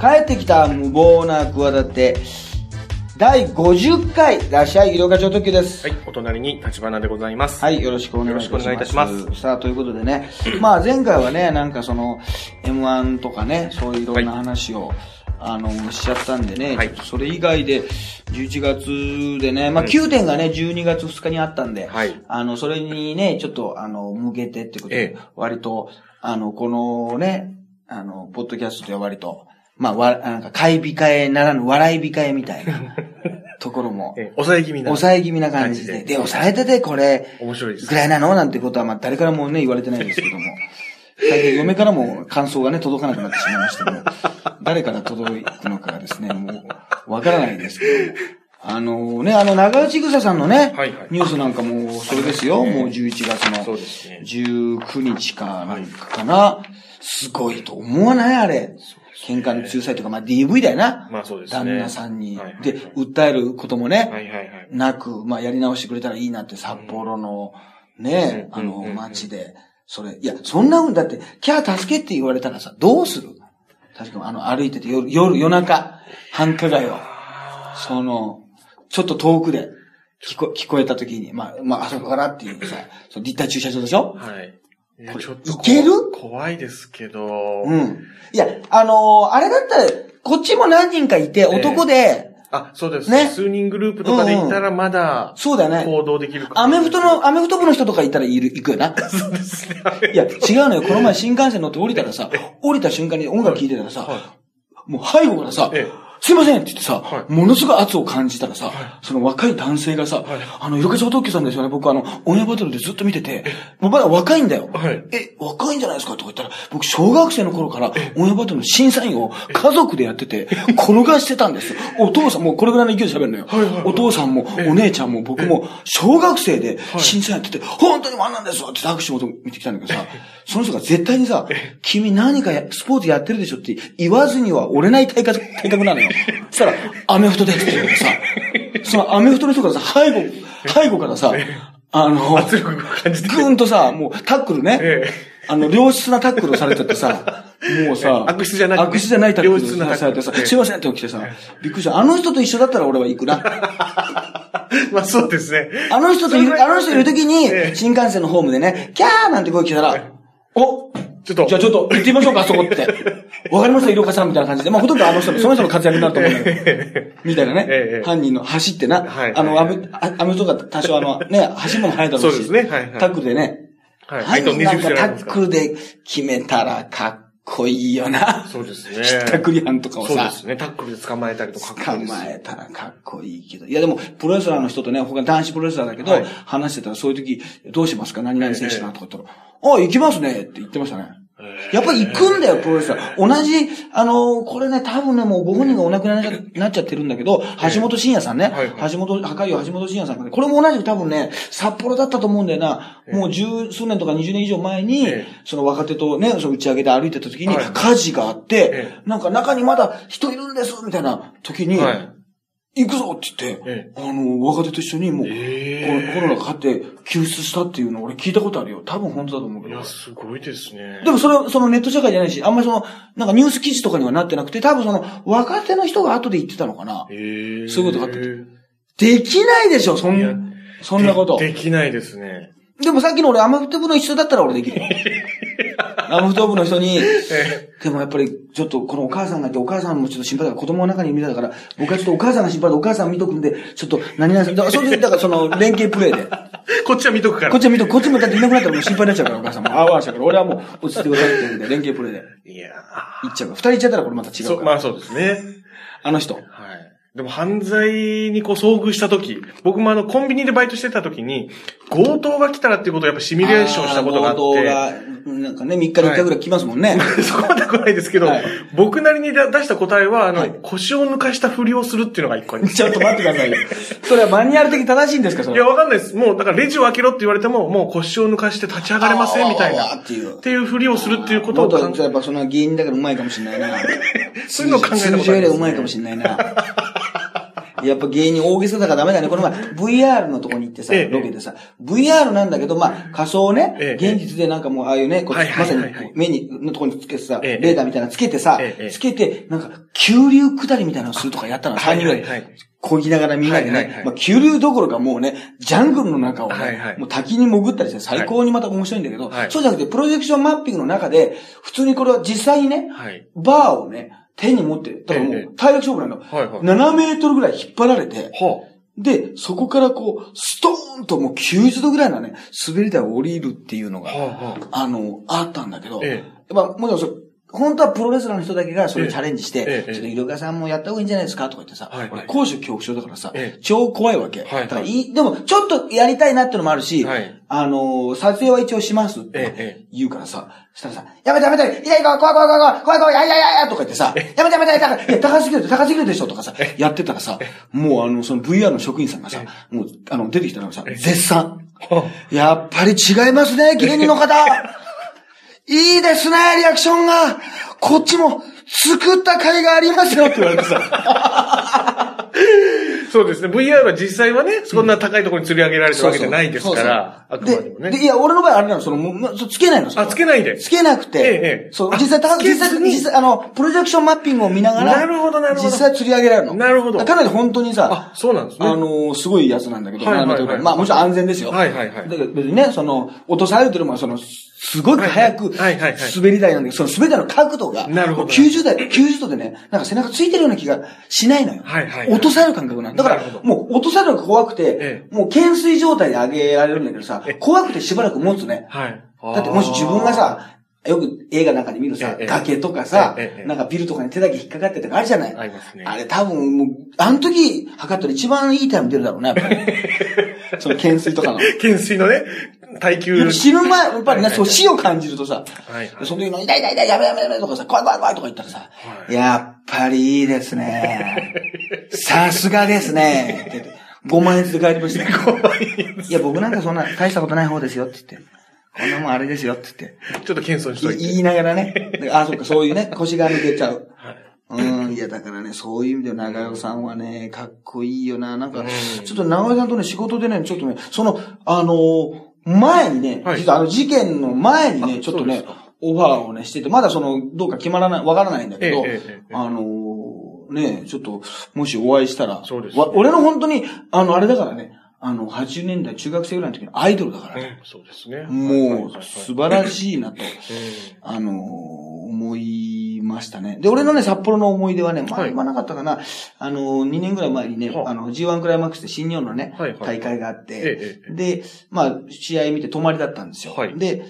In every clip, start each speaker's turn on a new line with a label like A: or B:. A: 帰ってきた無謀な企て、第50回、らっしゃい、移動課長特急です。
B: はい、お隣に立花でございます。
A: はい、よろしくお願いいたします。
B: よろしくお願いいたします
A: さあ、ということでね、 まあ前回はね、なんかその、M1 とかね、そういういろんな話を、あの、しちゃったんでね、
B: はい
A: それ以外で、11月でね、まあ
B: うん
A: 9点がね、12月2日にあったんで、
B: はい
A: あの、それにね、ちょっと、あの、向けてってことで
B: ええ、
A: 割と、あの、このね、あの、ポッドキャストでは割と、まあ、わ、なんか、買い控えならぬ笑い控えみたいなところも、
B: えー抑え気味な。
A: 抑え気味な感じで。
B: 感じ
A: で、
B: で
A: 抑えててこれ、
B: 面白いです
A: ぐ。らいなのなんてことは、まあ、誰からもね、言われてないです けども。最近、嫁からも感想がね、届かなくなってしまいましたけど、誰から届くのかがですね、もう、わからないですけども。あのね、あの、長内草さんのね、
B: はいはい
A: ニュースなんかも、それですよ、
B: そうですね
A: もう11月の。
B: そうですね
A: 19日かなんかかな。すごいと思わないあれ。喧嘩の仲裁とか、まあ、DV だよな。
B: まあそうですね。
A: 旦那さんに。
B: はいはいはい
A: で、訴えることもね、
B: はいはいはい。
A: なく、まあ、やり直してくれたらいいなって、札幌の、ね、
B: うん
A: あの、
B: うん
A: 街で、それ、いや、そんなもんだって、キャー助けって言われたらさ、どうする確かに、あの、歩いてて夜、夜、夜中、繁華街を、その、ちょっと遠くで、聞こ、聞こえた時に、まあ、まあ、あそこからっていうさ、その立体駐車場でしょ
B: はい。いや
A: これ
B: ちょっとこ
A: いける
B: 怖いですけど。
A: うん。いや、あのーあれだったら、こっちも何人かいて、
B: え
A: 男で、
B: あ、そうです。
A: ね
B: 数人グループとかで行ったらまだ、
A: そうだよね。
B: 行動できるかも
A: アメフト の、アメフト部の人とかいたらいる、行くよな。
B: そうですね。
A: いや、違うのよ。この前新幹線乗って降りたらさ、降りた瞬間に音楽聴いてたらさ、
B: は
A: もう背後からさ
B: ええ、
A: すいませんって言ってさ
B: は、い
A: ものすごい圧を感じたらさ、その若い男性がさ
B: はい、
A: あの、色気超特急さんですよね。僕あの、オンエアバトルでずっと見てて、もうまだ若いんだよ
B: はい。
A: え、若いんじゃないですかとか言ったら、僕小学生の頃からオンエアバトルの審査員を家族でやってて、転がしてたんです。お父さんもうこれぐらいの勢いで喋るのよ。お父さんもお姉ちゃんも僕も小学生で審査員やってて、本当にあんなんですわって握手元見てきたんだけどさ、その人が絶対にさ、君何かやスポーツやってるでしょって言わずには折れない体格体格なのよ。そしたら、アメフトですって言うからさ、そのアメフトの人からさ、背後、背後からさ、あの、
B: 圧力を感じて。
A: ぐーんとさ、もうタックルね。
B: ええ
A: あの、良質なタックルをされちゃってさ、もうさ、
B: 悪質じゃない
A: 悪質じゃないタック
B: 良質な
A: ル
B: タックル
A: されてさ、
B: ええ
A: すいませんって起きてさ、びっくりした。あの人と一緒だったら俺は行くな。
B: まあそうですね。
A: あの人といる、あの人いる時
B: え
A: に、
B: え
A: 新幹線のホームでね、キャーなんて声来たら、お
B: ちょっと
A: じゃあちょっと行ってみましょうか、あそこって。わかりました、いろかさんみたいな感じで。まあほとんどあの人の、その人の活躍になると思うんだけど。みたいなね、
B: ええええ
A: 犯人の走ってな、
B: はい
A: あの、ア
B: はい
A: メ、あアメとか多少あ の、ね、走るのも速いだろうし、
B: そうですねはいはい
A: タックルでね、
B: はい
A: 犯人なんか
B: 相手を20
A: タ
B: 狙いま
A: ッ
B: すから
A: クルで決めたらかっこいいよな。
B: そうです ね。
A: ひったくり犯とかを
B: そうで
A: さ、
B: すね。タックルで捕まえたりとか。
A: 捕まえたらかっこいいけど。いやでも、プロレスラーの人とね、他男子プロレスラーだけど、
B: はい
A: 話してたらそういう時、どうしますか何々選手なとか言ったら、あ、行きますねって言ってましたね。やっぱり行くんだよ、プロレスラー。同じ、あのーこれね、多分ね、もうご本人がお亡くなりになっちゃってるんだけど、橋本真也さんね、
B: はいはい
A: 橋本、破壊王橋本真也さんがね、これも同じく多分ね、札幌だったと思うんだよな、もう十数年とか20年以上前に、
B: ええ
A: その若手とね、その打ち上げで歩いてた時に、
B: はい
A: 火事があって、
B: え
A: なんか中にまだ人いるんです、みたいな時に、
B: はい。
A: 行くぞって言って、
B: え
A: あの、若手と一緒にもう、
B: ええ
A: コロコロナかかって救出したっていうの俺聞いたことあるよ。多分本当だと思うけ
B: い
A: ど
B: や、。すごいですね。
A: でもそれは、そのネット社会じゃないし、あんまりその、なんかニュース記事とかにはなってなくて、多分その、若手の人が後で言ってたのかな。
B: ええ
A: そういうことがあったできないでしょ、そ
B: いや
A: ん、そんなこと。
B: でできないですね。
A: でもさっきの俺、アマフト部の人だったら俺でき るよ。アマフト部の人に、
B: え
A: でもやっぱり、ちょっとこのお母さんがいて、お母さんもちょっと心配だから、子供の中に見てたから、僕はちょっとお母さんが心配で、お母さん見とくんで、ちょっと何々さん、だからそれで、だからその、連携プレーで。
B: こっちは見とくから。
A: こっちは見とく、こっちもだっていなくなったらもう心配になっちゃうから、お母さんも。あわあわしちゃうから、俺はもう、落ち着いてくださいって言うんで、連携プレーで。
B: いや
A: 行っちゃうから。二人行っちゃったらこれまた違
B: ー
A: うか
B: そ
A: ら。
B: まあそうですね。
A: あの人。
B: はい。でも犯罪にこう遭遇した時僕もあのコンビニでバイトしてた時に、強盗が来たらっていうことをやっぱシミュレーションしたことがあ
A: 動
B: っ
A: 画、なんかね、3日に1回ぐらい来ますもんね。
B: て、 そこまで来ないですけど、
A: はい
B: 僕なりにだ出した答えは、あの、
A: はい
B: 腰を抜かしたふりをするっていうのが一個ありま す
A: ちょっと待ってくださいよ。それはマニュアル的に正しいんですかそ
B: い
A: れ
B: や、
A: は。
B: わかんないです。もう、だからレジを開けろって言われても、もう腰を抜かして立ち上がれませんみたい
A: あーあーあ
B: な。
A: ーっていう
B: っていうふ りをするっていうこと
A: も
B: を
A: っと、
B: 考え
A: やっぱその芸人だからうまいかもしれないな。
B: そういうのを考えたことありますね
A: 数字よりうまいかもしれないな。い やっぱ芸人大げさだからダメだね。この前、VR のとこに行ってさ、
B: ええ
A: ロケでさ、VR なんだけど、まあ、仮想ね、
B: ええ
A: 現実でなんかもう、ああいうね、こう
B: はい
A: ま
B: はい
A: さ
B: はい
A: に
B: はい
A: 目に、のとこにつけてさ、
B: ええ
A: レーダーみたいなのつけてさ
B: ええ、
A: つけて、なんか、急流下りみたいなのするとかやったの、3人ぐらい。
B: はい。
A: こぎながらみんなで
B: はいはいは
A: ね
B: い、
A: まあ、急流どころかもうね、ジャングルの中を
B: はいは
A: ね
B: い、
A: もう滝に潜ったりして最高にまた面白いんだけど
B: はい、
A: そうじゃなくて、プロジェクションマッピングの中で、普通にこれは実際にね、
B: はい。
A: バーをね、手に持って、だからも
B: ええ
A: う体力勝負なの。
B: はいはい。
A: 7メートルぐらい引っ張られて、
B: は
A: で、そこからこう、ストーンともう90度ぐらいのね、滑り台を降りるっていうの
B: あ。は
A: が、
B: あ。
A: あの、あったんだけど、
B: ええ。
A: まあ、もちろんそれ、本当はプロレスラーの人だけがそれチャレンジして、
B: ええええ
A: ちょっと、イルカさんもやった方がいいんじゃないですかとか言ってさ、
B: はいはい
A: 俺、高所恐怖症だからさ、
B: ええ
A: 超怖いわけ。
B: はいはい
A: だからいいでも、ちょっとやりたいなってのもあるし、
B: はい
A: あのー撮影は一応しますっ
B: えええ
A: て言うからさ、したらさ、やめてやめて、痛い怖い怖い怖い怖い怖い怖い、いやいやいやいやとか言ってさ、やめてやめて、やめていや高すぎるでしょ高すぎるでしょとかさ、やってたらさ、もうあの、その VR の職員さんがさ、もう、あの、出てきたのがさ、絶賛。
B: は
A: やっぱり違いますね、芸人の方。いいですね、リアクションが。こっちも作った甲斐がありますよって言われてさ。
B: あそうですね。VR は実際はね、そんな高いところに釣り上げられてるわけじゃないですから、あ
A: そう
B: く
A: そう
B: までも
A: でで、
B: ね。
A: いや、俺の場合あれなの、その、もうまそうつけないの。それ
B: あ、つけないで。
A: つけなくて、
B: ええええ
A: そう、
B: あ
A: 実際、た
B: つけ
A: 実
B: ず
A: 際、
B: に
A: 実際、あの、プロジェクションマッピングを見ながら、
B: なるほどなるほど
A: 実際釣り上げられるの。
B: なるほど
A: かなり本当に
B: あ
A: さ、、
B: そうなんですね。
A: あのーすごいやつなんだけど、
B: はいはいはい
A: 斜めとかまあもちろん安全ですよ。
B: はいはいはい
A: だけど別にね、その、落とされてるのはその、すごく早く
B: はいはいはいはい
A: 滑り台なんだけど、その滑り台の角度が、
B: なるほど
A: 90度、90度でね、なんか背中ついてるような気がしないのよ。
B: はいはいはい
A: 落とされる感覚なんだ。だか
B: なるほ
A: ら、
B: ど
A: もう落とされるのが怖く
B: え
A: て、もう懸垂状態で上げられるんだけどさ
B: ええ、
A: 怖くてしばらく持つね。
B: はい。
A: だってもし自分が、さ、よく映画なんかで見るさ、
B: ええ
A: 崖とかさ
B: えええ、え
A: なんかビルとかに手だけ引っかかってとかあるじゃない。
B: ありますね。
A: あれ多分もう、あの時測ったら一番いいタイム出るだろうね、やっ ぱり。その懸垂とかの。
B: 懸垂のね、耐久。
A: やっぱ死ぬ前、やっぱりね、
B: はいはい
A: そう死を感じるとさ、
B: はいはい
A: その時の痛い痛い痛い、やべやべやべとかさ、怖い怖い怖いとか言ったらさ、やっぱりいいです ね。さすがですね。って言って5万円ずつ帰りましたよ。 いや、僕なんかそんな大したことない方ですよって言って。こんなもんあれですよって言って。
B: ちょっと謙遜しとい
A: い
B: て。
A: 言いながらね。で あ、そっか、そういうね、腰が抜けちゃう。
B: はい。
A: うん、いや、だからね、そういう意味では長尾さんはね、かっこいいよな。なんか、
B: うん
A: ちょっと長尾さんとね、仕事でね、ちょっとね、その、あのー前にね、
B: はい
A: 実はあの事件の前にね、
B: あ
A: ちょっと
B: そ
A: ね
B: うですか、
A: オファーをね、してて、まだその、どうか決まらない、わからないんだけど、
B: ええええええ
A: あのーね、ちょっと、もしお会いしたら、
B: そうですね
A: わ俺の本当に、あの、あれだからね、あの、80年代中学生ぐらいの時のアイドルだからね、
B: そうですね。
A: も
B: は
A: う、
B: い
A: 素晴らしいなと。あのー思いましたね。で、俺のね、札幌の思い出はね、まあ、
B: はい
A: 言わなかったかな。あのー、2年ぐらい前にね、
B: はあ
A: あの、G1 クライマックスで新日本のね、
B: はいはい
A: 大会があっ
B: え
A: て、
B: ええ
A: で、まあ、試合見て泊まりだったんですよ。
B: はい
A: で、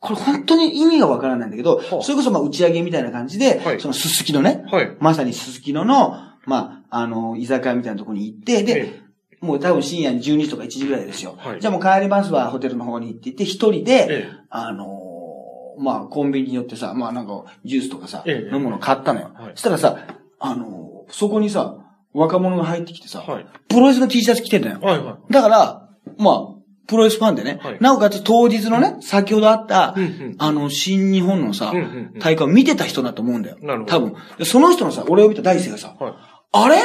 A: これ本当に意味がわからないんだけど、
B: はあ
A: それこそまあ、打ち上げみたいな感じで、
B: はい
A: そのすすきのね、
B: えはい。
A: まさにすすきのの、まあ、あのー居酒屋みたいなところに行って、で、
B: え
A: もう多分深夜12時とか1時ぐらいですよ。
B: はい
A: じゃあもう帰りますわ、ホテルの方に行って行って、一人で、
B: え、え
A: あのーまあ、コンビニによってさ、まあなんか、ジュースとかさ、
B: ええ
A: 飲むの買ったのよ。
B: はい
A: そしたらさ、あのーそこにさ、若者が入ってきてさ、
B: えはい。
A: プロレスの T シャツ着てんだよ。
B: はいは
A: だから、まあ、プロレスファンでね、
B: はい
A: なおかつ当日のね、先ほどあった、
B: うんうん
A: あの、新日本のさ、
B: うんうんうん
A: 大会を見てた人だと思うんだよ。
B: なるほど
A: 多分。でその人のさ、俺を見た大勢がさ、
B: い。はい。
A: あれ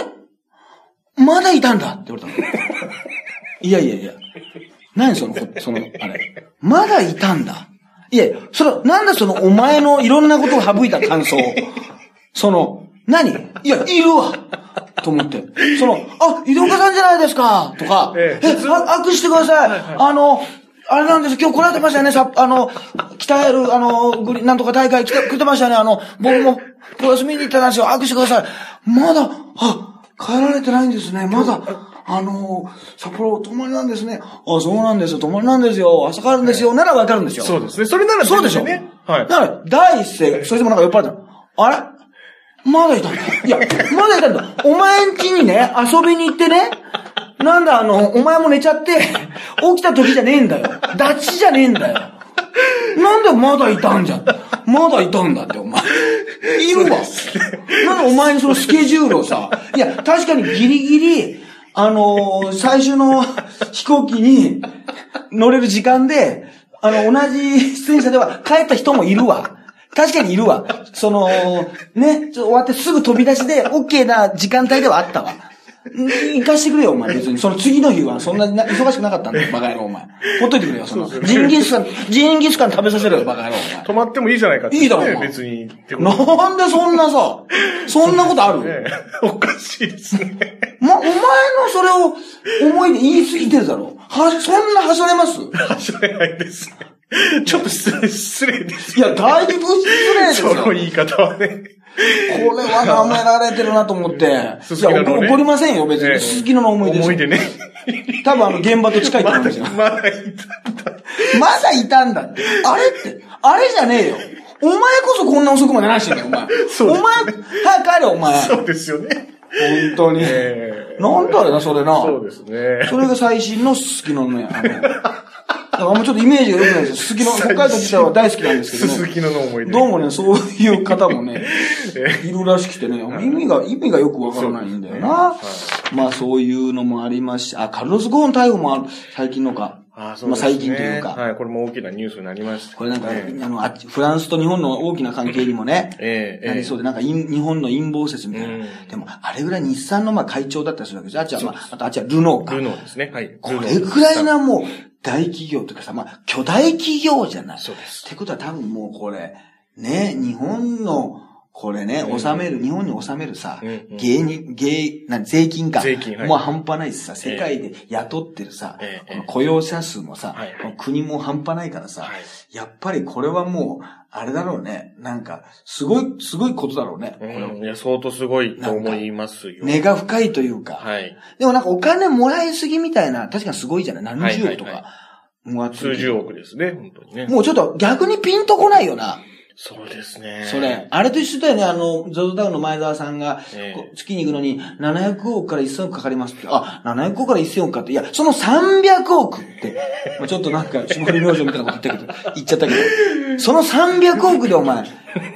A: まだいたんだって言われたの。いやいやいや。何その、こその、あれ。まだいたんだ。いや、その、なんだその、お前のいろんなことを省いた感想。その、何いや、いるわと思って。その、あ、井戸岡さんじゃないですかとか、
B: え
A: え
B: え
A: あ握手してください、あの、あれなんです、今日来られてましたよね、さ、あの、鍛える、あの、グリなんとか大会来て、来てましたよね、あの、僕も、プロレス見に行ったんですよ、握手してください。まだ、あ、帰られてないんですね、まだ、あの、札幌泊まりなんですね。あ、そうなんですよ、泊まりなんですよ、朝帰るんですよ、ならわかるんですよ。
B: そうですね。それなら、
A: そうでしょ、
B: ね。はい。
A: だから、第一声が、それでもなんか酔っ払った。あれまだいたんだ。いや、まだいたんだ。お前ん家にね、遊びに行ってね、なんだあの、お前も寝ちゃって、起きた時じゃねえんだよ。ダチじゃねえんだよ。なんでまだいたんじゃん。まだいたんだって、お前。いるわ。なんでお前にそのスケジュールをさ、いや、確かにギリギリ、あのー最初の飛行機に乗れる時間で、あの、同じ出演者では帰った人もいるわ。確かにいるわ。その、ね、ちょっと終わってすぐ飛び出しで OK な時間帯ではあったわ。行かしてくれよ、お前。別に。その次の日は、そんなにな忙しくなかったんだよ、バカ野郎、お前。ほっといてくれよ、その。
B: そうです
A: ジンギスカン、ジンギスカン食べさせろよ、バカ野郎、
B: 泊まってもいいじゃないかって、
A: いいだろ
B: ね
A: お前
B: 別に。って
A: お
B: こと
A: 前。なんでそんなさ、そんなことある
B: ね おかしいですね。
A: ま、お前のそれを思いで言い過ぎてるだろ。は、そんなはしょれます
B: 走れないですね。ちょっと失礼、失礼です。
A: いや、だいぶ失礼ですよ。
B: その
A: これ
B: 言い方はね。
A: は舐められてるなと思って。いや、
B: すすきののね
A: 怒怒りませんよ、別
B: え
A: に。
B: え
A: すすきのの思い出です
B: 思い出ね。
A: 多分あの、現場と近いと
B: ま
A: 思うん
B: だ
A: です よ、。
B: まだいたんだ。
A: まだいたんだって。あれって、あれじゃねえよ。お前こそこんな遅くまで何してんだよ、お前。
B: そうですね
A: お前、早く帰れ、お前。
B: そうですよね。
A: 本当に。
B: ええ
A: なんだあれな、それな。
B: そうですね。
A: それが最新のすすきのね、あの、だからあんまちょっとイメージが良くないですよ。すすきの、北海道自体は大好きなんですけど
B: す
A: ね
B: すきのの思い出。
A: どうもね、そういう方も ね、いるらしくてね、意味が、意味がよくわからないんだよな。まあそういうのもありますし、あ、カルロス・ゴーン逮捕もある、最近のか。
B: あそう
A: ま
B: で
A: あ
B: すね
A: 最近というか。
B: はい、これも大きなニュースになりました。
A: これなんか、
B: え
A: あの、あっちフランスと日本の大きな関係にもね、
B: えええ
A: なりそうで、なんか陰日本の陰謀説みたいな。
B: うん
A: でも、あれぐらい日産のまあ会長だったりするわけですよ。あっちは、まあ、あとあっちはルノー
B: ル
A: か。
B: ノーですね。はい。
A: これぐらいなもう、大企業というかさ、まあ、巨大企業じゃない。
B: そうです
A: ってことは多分もうこれ、ね、日本の、これね、
B: うん
A: 納める、日本に納めるさ、
B: うんうん
A: 芸人、芸、なん税金か。
B: 税金はい
A: もう半端ないしさ、世界で雇ってるさ、
B: ええ
A: この雇用者数もさ、
B: はいはい
A: この国も半端ないからさ、
B: はい
A: やっぱりこれはもう、あれだろうね。なんか、すごい、すごいことだろうね。これ
B: うん、いや、相当すごいと思いますよ。
A: 根が深いというか。
B: はい。
A: でもなんかお金もらいすぎみたいな、確かにすごいじゃない何十億と
B: はいは
A: かもらって
B: 数
A: るけ
B: 十
A: ど。
B: 億ですね、本当にね。
A: もうちょっと逆にピンとこないよな。
B: そうですね。
A: それ。。あれと一緒だよね。あの、ゾゾタウンの前澤さんが、
B: ええ
A: こう月に行くのに700億から1000億かかりますって。あ、700億から1000億かって。いや、その300億って。 まあちょっとなんか、霜降り明星みたいなこと言ったけど、 言っちゃったけど。その300億でお前、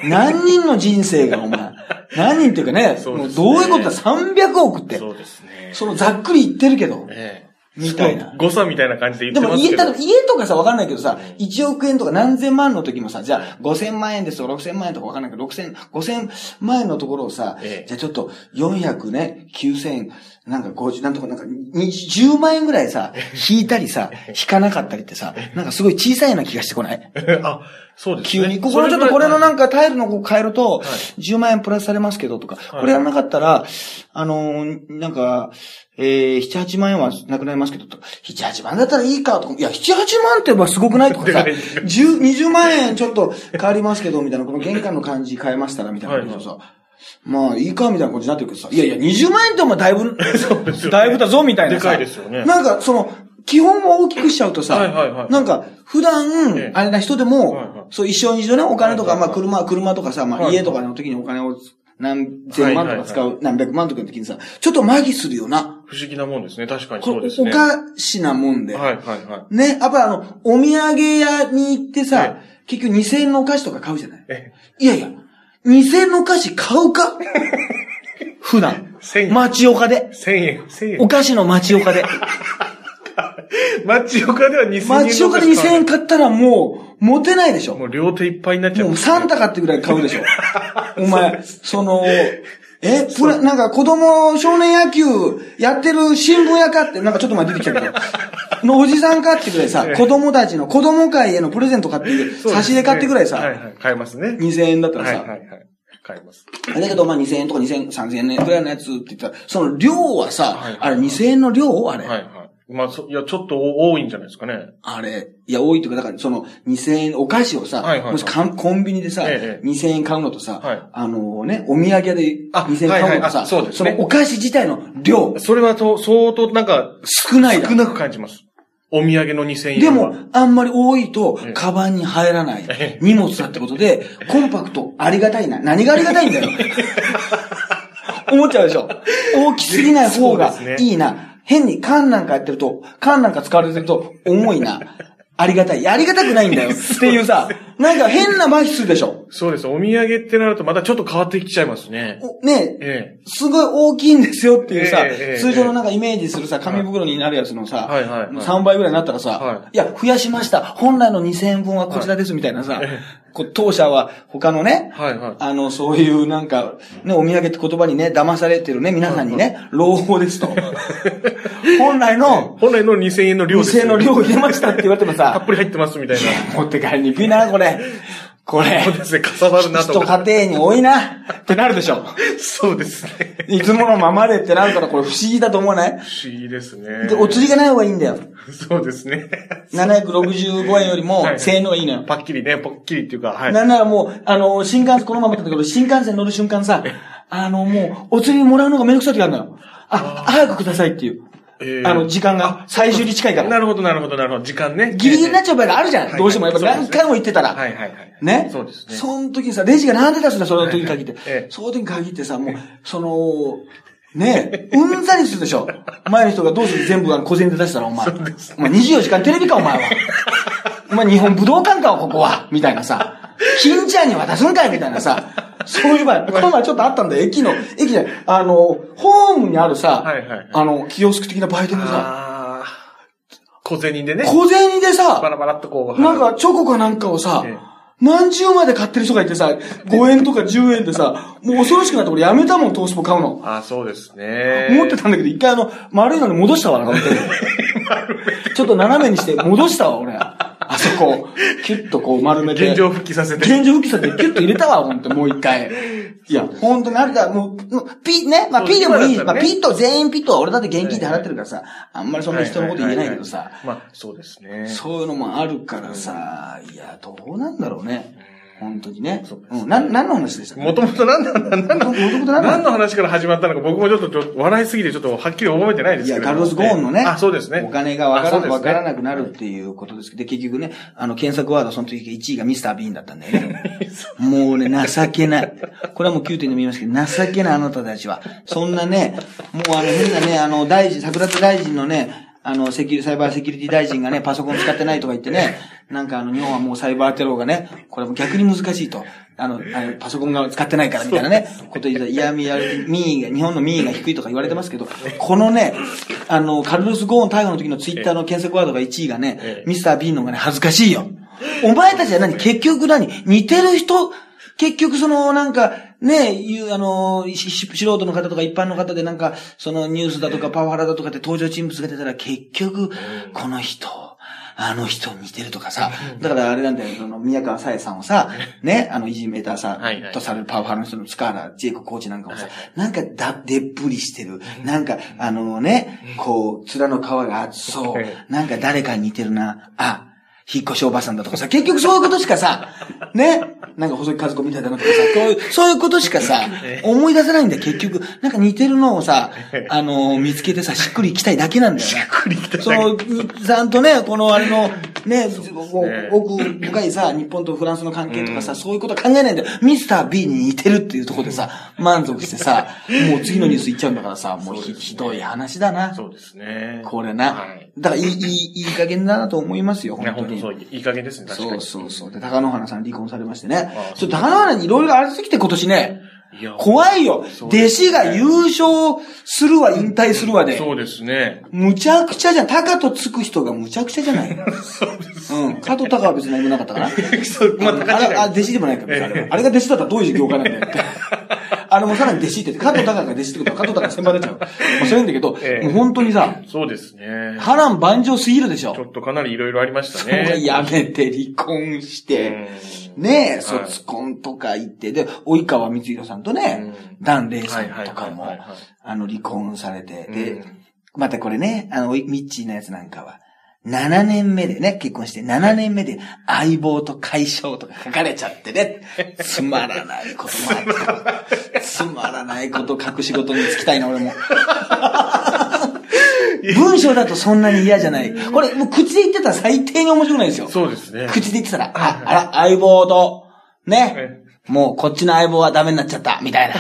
A: 何人の人生がお前、何人っていうかね、
B: そう
A: も
B: で
A: う
B: すね
A: どういうことだ ?300 億って。
B: そうですね。
A: そのざっくり言ってるけど、
B: ええ
A: みたいな。
B: 誤差みたいな感じで
A: で
B: 言って
A: も
B: ますけ
A: 家、
B: ど。
A: ただ家とかさ、わかんないけどさ、1億円とか何千万の時もさ、じゃあ5000万円ですとか6000万円とかわかんないけど、6000、5000万円のところをさ、
B: ええ
A: じゃあちょっと400ね、9000、なんか50、なんとかなんか20、10万円ぐらいさ、引いたりさ、引かなかったりってさ、なんかすごい小さいような気がしてこない
B: あ、そうですね。
A: 急に、ここのちょっとこれのなんかタイルのこう変えると
B: い、
A: 10万円プラスされますけどとか、
B: い
A: これやんなかったら、あのー、なんか、えー、7、8万円はなくなりますけどとか、7、8万だったらいいかとか、いや、7、8万ってばすごくないとかさ、
B: でかい
A: 10、20万円ちょっと変わりますけど、みたいな、この玄関の感じ変えましたら、みたいなことさ、まあ、いいか、みたいな感じになってるけどさ、いやいや、20万円ってお前だいぶ、
B: ですよね
A: だいぶだぞ、みたいなさ。
B: でかいですよね
A: なんか、その、基本を大きくしちゃうとさ、
B: はいはいはい
A: なんか、普
B: ええ
A: 段、あれな人でも、
B: はいはい
A: そう、一生一度ね、お金とか、
B: はいは
A: まあ、
B: いは
A: 車、
B: い
A: 車とかさ、ま
B: は
A: あ、
B: い
A: 家とかの時にお金を何千万とか使
B: はいは
A: う、何百万とかの時にさ、ちょっと麻痺するよな。
B: 不思議なもんですね。確かに
A: こ
B: そう
A: れ、
B: です
A: お
B: ね。
A: かしなもんで。
B: はいはいは
A: ね、やっぱあの、お土産屋に行ってさ
B: え、
A: 結局2000円のお菓子とか買うじゃない
B: い。え、
A: いやいや、2000円のお菓子買う か普段
B: 1000。円
A: 町岡で。
B: 千円、千
A: お
B: 円。
A: 菓子の町岡 で。
B: 町岡では二千円。
A: 町岡で2000円買ったらもう、持てないでしょ。
B: もう両手いっぱいになっちゃう。
A: もう3高ってぐらい買うで しょ。お前、その、え、プラ、なんか子供少年野球やってる新聞屋かって、なんかちょっと前出てきたけど、のおじさんかってぐらいさ、子供たちの子供会へのプレゼント買っていう、
B: そうですね
A: 差し入れ買ってぐらい
B: は
A: さ、
B: いはい。買えますね。
A: 2000円だったら
B: はい
A: さ、
B: はいはい。買えます。
A: だけどまあ2000円とか2000円、3000円ぐらいのやつって言ったら、その量はさ、
B: はいはい
A: あれ2000円の量あれ。
B: はいはい。まあ、そいや、ちょっとお多いんじゃないですかね。
A: あれ、いや、多いというか、だから、その、2000円、お菓子をさ、
B: はいはいはい
A: もしかんコンビニでさ、
B: ええ
A: 2000円買うのとさ、
B: はい
A: あのね、お土産屋で
B: あ
A: 2000円買うのと
B: はいはい
A: さ、
B: あそうですね
A: のお菓子自体の量、
B: それはと、相当なんか、
A: 少ないだ
B: 少。なく感じます。お土産の2000円
A: で
B: は
A: も、あんまり多いと
B: ええ、
A: カバンに入らない
B: ええ
A: 荷物だってことで、コンパクト、ありがたいな。何がありがたいんだ よ。思っちゃうでしょ。大きすぎない方が
B: そうですね
A: いいな。変に缶なんかやってると、缶なんか使われてると重いな。ありがたい。いやありがたくないんだよ。っていうさ、なんか変な麻痺するでしょ。
B: そうです。お土産ってなるとまたちょっと変わってきちゃいますね。
A: おね
B: え
A: すごい大きいんですよっていうさ、
B: ええええ
A: 通常のなんかイメージするさ、紙袋になるやつのさ、
B: はいはいはい
A: 3倍ぐらいになったらさ、、
B: はい
A: や、増やしました。本来の2000円分はこちらですみたいなさ、こう当社は他のね
B: え。、はいはい。
A: あの、そういうなんか、ね、お土産って言葉にね、騙されてるね、皆さんにね、朗報です と。本来の、
B: 本来の2000円の量です。
A: 2000円の量を入れましたって言われても
B: たっ
A: さ、
B: ぷり入ってますみたいな。
A: 持って帰りにくいな、これ。これ
B: そ、うですね。かさばるなと
A: 一
B: か。
A: 家庭に多いな、ってなるでしょ。
B: そうですね。
A: いつものままでってなるから、これ不思議だと思わない
B: 不思議ですね。
A: で、お釣りがない方がいいんだよ。
B: そうですね。
A: 765円よりも
B: はい
A: 1000円の方がいいのよ。
B: パッキリね、パッキリっていうか、はい。
A: なんならもう、あの、新幹線、このままだったけど、新幹線乗る瞬間さ、あの、もう、お釣りもらうのがめんどくさい時あるのよ。あ、早くくださいっていう。
B: えー
A: あの、時間が最終に近いから。
B: なるほど、なるほど、なるほど。時間ね。
A: ギリギリになっちゃう場合があるじゃ
B: は
A: ん。
B: い
A: どうしてもやっぱ
B: そうですね
A: 何回も行ってたら。
B: はいはいはい。
A: ね。
B: そうですね。
A: その時にさ、レジがなんで出すんだ、その時に限って
B: はいはいええ。
A: その時に限ってさ、もう、その、ねえ、うんざりするでしょ。前の人がどうする全部あの小銭で出したら、お前。
B: そうです
A: お前24時間テレビか、お前は。お前日本武道館か、ここは。みたいなさ。金ちゃんに渡すんかいみたいなさ。そういう場合、この前ちょっとあったんだよ。駅の、駅じゃない、あの、ホームにあるさ、
B: はいはいはい
A: あの、キオスク的な売店でさ、
B: あー小銭でね。
A: 小銭でさ、
B: バラバラっとこう。
A: なんか、チョコかなんかをさ
B: ええ、
A: 何十まで買ってる人がいてさ、5円とか10円でさ、もう恐ろしくなって俺やめたもん、トースポ買うの。
B: あー、そうですね。
A: 思ってたんだけど、一回あの、丸いのに戻したわ、なんか 本当に ちょっと斜めにして戻したわ、俺。あそこ、キュッとこう丸めて。
B: 現状復帰させて。
A: 現状復帰させてキュッと入れたわ、ほんと、もう一 回。いや、ほんとなるから、もう、もうピ、ね、まあ、
B: そう
A: ピでもいいし、
B: 今
A: ま
B: だったら
A: あ、
B: ね
A: ピッと、全員ピッとは俺だって現金で払ってるからさ、あんまりそんな人のこと言えないけど
B: は
A: さ
B: は、いはいはい。まあ、そうですね。
A: そういうのもあるからさ、いや、どうなんだろうね。本当にね。
B: そうですね
A: うん。なん、何の話でしたっけ
B: もともと何なんだ、何な
A: も
B: ん
A: ともと何なの
B: 何の話から始まったのか僕もちょっとちょっと笑いすぎてちょっとはっきり覚えてないで
A: い
B: すけ
A: や、
B: れど
A: カ
B: も
A: ルロス・ゴーンのね。
B: あ、そうですね。
A: お金がわか
B: あそ
A: ら,、
B: うですね
A: わからなくなるっていうことですけど、で、結局ね、あの、検索ワード、その時1位がミスター・ビーンだったんだよね。もうね、情けない。これはもう9点でも言いますけど、情けないあなたたちは。そんなね、もうあの、変なね、あの、大臣、桜田大臣のね、あの、セキュリサイバーセキュリティ大臣がね、パソコン使ってないとか言ってね、なんかあの、日本はもうサイバーテロがね、これも逆に難しいと。あの、あのパソコンが使ってないからみたいなね、こと言ったら、いや、みや、民意が、日本の民意が低いとか言われてますけど、このね、あの、カルロス・ゴーン逮捕の時のツイッターの検索ワードが1位がね
B: ええ、
A: ミスター・ビーンの方がね、恥ずかしいよ。お前たちは何結局何似てる人結局その、なんか、ね、いう、あの、しし素人の方とか一般の方でなんか、そのニュースだとかパワハラだとかって登場人物が出たら結局、この人、あの人似てるとかさ、だからあれなんだよ、その宮川さえさんをさ、ね、あのいじめたさ
B: はいは、い
A: とされるパワハラの人の塚原ジェイココーチなんかもさ
B: はい、
A: なんかだ、でっぷりしてる。なんか、あのね、こう、面の皮が厚そう
B: え。
A: なんか誰かに似てるな。あ、引っ越しおばさんだとかさ、結局そういうことしかさ、ね、なんか細木和子みたいだなとかさ、そういう、そういうことしかさ、思い出せないんだよ、結局。なんか似てるのをさ、あの見つけてさ、しっくりきたいだけなんだよな。
B: くりきただけ
A: その、ちゃんとね、このあれの、ね、
B: ね
A: 奥深いさ、日本とフランスの関係とかさ、そういうことは考えないんだよ。ミスター B に似てるっていうところでさ、満足してさ、もう次のニュース行っちゃうんだからさ、もうひひどい話だな。
B: そうですね。
A: これな。
B: はい。
A: だからいい、いい、いい加減だなと思いますよ、
B: ね、
A: 本当
B: 本当
A: に。
B: そう、いい加減ですね、確か
A: そう
B: に。
A: そうそう。で、高野花さん離婚されましてね
B: あ。あ
A: ちょっと高野花にいろいろありすぎて今年ね、
B: いや
A: 怖いよ。
B: そう
A: 弟子が優勝するわ、引退するわで。
B: そうですね。
A: むちゃくちゃじゃん。高とつく人がむちゃくちゃじゃ ない。うん。加藤高は別に何もなかったかな。
B: そう、まあ、高
A: あ
B: 知
A: れ、あ、
B: が
A: 弟子でもない から、別にあれはあれが弟子だったらどういう業界なんだよって。あれもさらに弟子って言って、加藤高が弟子ってことは加藤高が先輩になっちゃう。まあ、それいいんだけど、
B: ええ
A: もう本当にさ、
B: そうですね。
A: 波乱万丈すぎるでしょ
B: ち。ょっとかなりいろいろありました
A: そう
B: ね。
A: やめて離婚して、
B: うん
A: ねえ、
B: はい
A: 卒婚とか言って、で、及川光弘さんとね、ダンレイさんとか
B: は
A: も
B: いはいはいはいはい、
A: あの、離婚されて、
B: う
A: で
B: ん、
A: またこれね、あの、おいミッチーのやつなんかは、7年目でね、結婚して7年目で相棒と解消とか書かれちゃってね、つまらないこともあ った。つまらないこと書く仕事に就きたいな、俺も。 文章だとそんなに嫌じゃない。これ、もう口で言ってたら最低に面白くないですよ。
B: そうですね。
A: 口で言ってたら、あ、あら、相棒と、
B: え
A: ね、もうこっちの相棒はダメになっちゃった、みたいな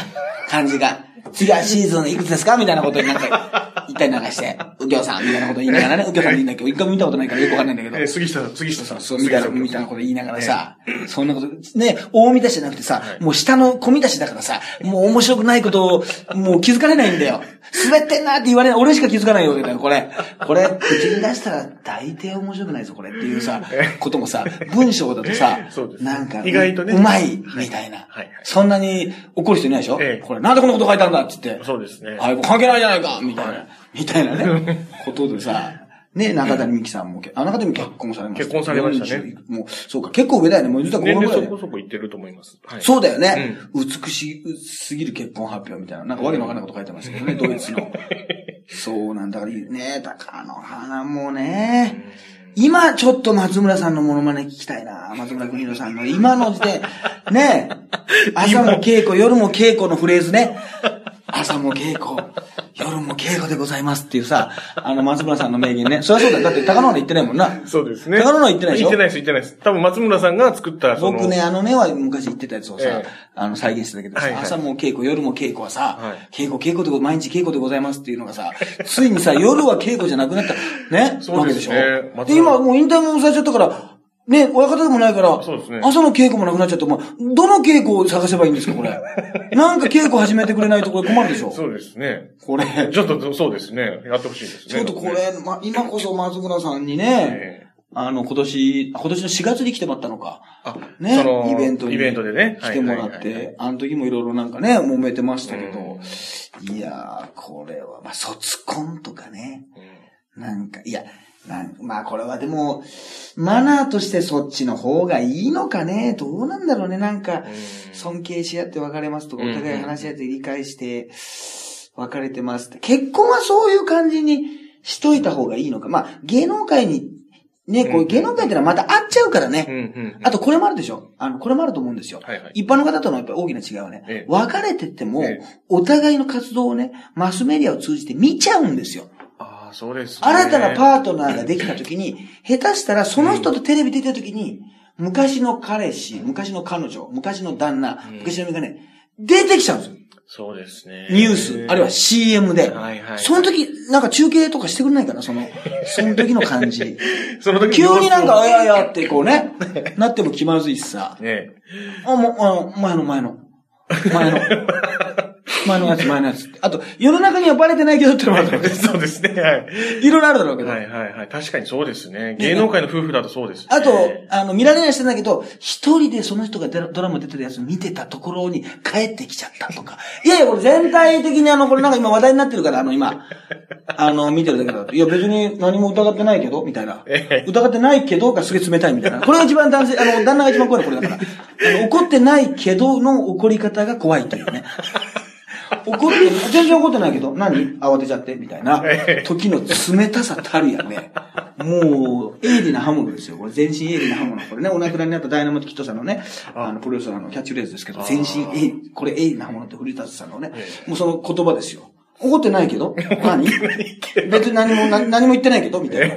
A: 感じが。次はシーズンいくつですかみたいなことになんか、言ったりなんかして、右京さんみたいなこと言いながらね、右京さんって言うんだけど、一回も見たことないからよくわかんないんだけど
B: え、ー杉下さん、杉下さん。
A: そう、みたいな、
B: 杉
A: みた
B: 下さ
A: い
B: ん
A: なこと言いながらさ、そんなこと、ね、大見出しじゃなくてさ、もう下の小見出しだからさ、もう面白くないことを、もう気づかれないんだよ。滑ってんなって言われない、俺しか気づかないわけだよ、これ。これ、口に出したら大抵面白くないぞ、これっていうさ、こともさ、文章だとさ
B: そうで、す
A: なんか、
B: 意外とね
A: うまい、みたいな
B: はいはい。
A: そんなに怒る人いないでしょ
B: ええ
A: これ、なんでこんなこと書いたんだっつって。
B: そうですね
A: あい、関係ないじゃないかみたいな、みたいなね、ことでさ、ね、中谷美紀さんもけ、あ、中谷美紀結婚されました。
B: 結婚されましたね
A: 40もう、そうか、結構上だよね。もう実は
B: 年
A: 5ぐら
B: 齢
A: い
B: そ
A: で
B: こ。そこいってると思います。はい。
A: そうだよね、美しすぎる結婚発表みたいな。なんかわけのわかんないこと書いてましたけどね、ドイツ の。そうなんだからいいね。高野花もね。今ちょっと松村さんのモノマネ聞きたいな。松村邦洋さんの今の時点。ね朝も稽古、夜も稽古のフレーズね。朝も稽古、夜も稽古でございますっていうさ、あの松村さんの名言ね。そりゃそうだよ。だって高野花言ってないもんな。
B: そうですね。
A: 高野花言ってないでしょ
B: 言ってないです、言ってないです。多分松村さんが作った、その。
A: 僕ね、あのねは昔言ってたやつをさ、
B: ええ
A: あの、再現してたけどさ、
B: はいはい
A: 朝も稽古、夜も稽古はさ、
B: はい
A: 稽古、稽古でご、毎日稽古でございますっていうのがさ、ついに さ、夜は稽古じゃなくなった、ね、
B: そうですね
A: わけでしょ。
B: 松
A: で、
B: 村
A: 今もう引退もされちゃったから、ね、親方でもないから、
B: そうですね
A: 朝の稽古もなくなっちゃって、もう、どの稽古を探せばいいんですか、こ れ。なんか稽古始めてくれないとこれ困るでしょ。
B: そうですね。
A: これ。
B: ちょっと、そうですね。やってほしいですね。
A: ちょっとこれ、ま、今こそ松村さんにね、
B: ええ。
A: あの、今年、今年の4月に来てもらったのか。
B: あ、
A: ね
B: その、
A: イベントに
B: イベントでね。
A: 来てもらっ
B: はいはいはい。
A: て、あの時もいろいろなんかね、揉めてましたけ
B: う
A: ど、いやー、これは、まあ、卒婚とかね、なんか、いや、なんまあ、これはでも、マナーとしてそっちの方がいいのかね、どうなんだろうね、なんか
B: うん、
A: 尊敬し合って別れますとか、
B: うん
A: お互い話し合って理解して、別れてますって。結婚はそういう感じにしといた方がいいのか。まあ、芸能界に、ね、こ
B: う
A: うん芸能界ってのはまた会っちゃうからね。
B: うん、うん。
A: あと、これもあるでしょあの、これもあると思うんですよ。
B: はいはい
A: 一般の方とのやっぱり大きな違いはね、
B: ええ
A: 別れてても
B: ええ、
A: お互いの活動をね、マスメディアを通じて見ちゃうんですよ。
B: ああ、そうですね。
A: 新たなパートナーができた時に、下手したらその人とテレビ出てる時に、昔の彼氏、昔の彼女、昔の旦那、
B: うん
A: 昔の身がね、出てきちゃうんですよ。
B: そうですね。
A: ニュース、あるいは CM で。
B: はいはい
A: その時、なんか中継とかしてくれないかな、その、 その時の感じ。
B: その時
A: 急に なんか、あ
B: ね
A: ややってこうね、なっても気まずいしさ。
B: え。
A: あ、もう、あの、前の前の。前の。前のやつ、前のやつ。あと、世の中にはバレてないけどってのもあるだろうけ
B: そうですね。はい。
A: ど。いろいろあるだろうけど。
B: はいはいはい。確かにそうですね。芸能界の夫婦だとそうですね。
A: あと、あの、見られない人なんだけど、一人でその人がドラドラマ出てるやつ見てたところに帰ってきちゃったとか。いやいや、これ全体的にあの、これなんか今話題になってるから、あの、今、あの、見てるだけだと。いや、別に何も疑ってないけど、みたいな
B: え。
A: 疑ってないけどがすげえ冷たいみたいな。これが一番男性、あの、旦那が一番怖いのこれだから。あの、怒ってないけどの怒り方が怖いというね。怒って、全然怒ってないけど、何慌てちゃって、みたいな
B: ええ。
A: 時の冷たさたるやね。もう、鋭利な刃物ですよ。これ全身鋭利な刃物。これね、お亡くなりになったダイナマイトキットさんのね、あの、プロレスラーのキャッチフレーズですけど、全身鋭利、これ鋭利な刃物って古田さんのね、もうその言葉ですよ。怒ってないけど何別に何も、な何も言ってないけどみたいな。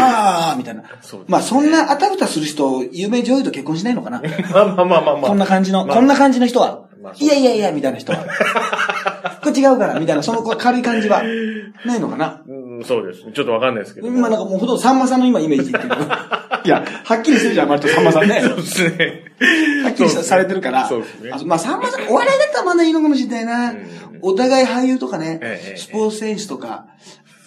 A: ああ、みたいな
B: そうです。ね
A: まあ、そんなあたふたする人、有名女優と結婚しないのかな
B: まあまあまあまあまあ。
A: こんな感じの、
B: まあ
A: こんな感じの人は、
B: まあそ
A: い
B: う
A: やいやいや、みたいな人は。 これ違うから、みたいな、そのこう軽い感じは、ないのかな。
B: うんそうですね。ちょっとわかんないですけど。
A: 今なんかもうほとんどさんまさんの今イメー ジで言ってるいや、はっきりするじゃん、割とさんまさんね。
B: そうですね。
A: はっきりしたされてるから。
B: そうですね
A: あ。まあ、さんまさん、お笑いだったらまだいいのかもしれないな。お互い俳優とか
B: え
A: ね
B: え、
A: スポーツ選手とか、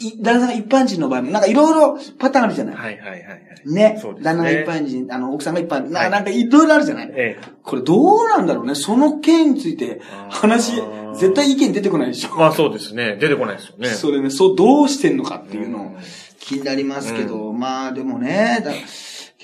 A: い旦那さんが一般人の場合も、なんかいろいろパターンあるじゃない。
B: はいはいはいはい。
A: ね
B: そうですね。
A: 旦那が一般人、あの、奥さんが一般、
B: は
A: ないなんかいろいろあるじゃない。
B: ええ
A: これどうなんだろうね。その件について話
B: あ、ー
A: 絶対意見出てこないでしょ。
B: まあそうですね。出てこないですよね。
A: それね、そう、どうしてんのかっていう
B: う
A: の
B: ん
A: 気になりますけど、まあでもね、だ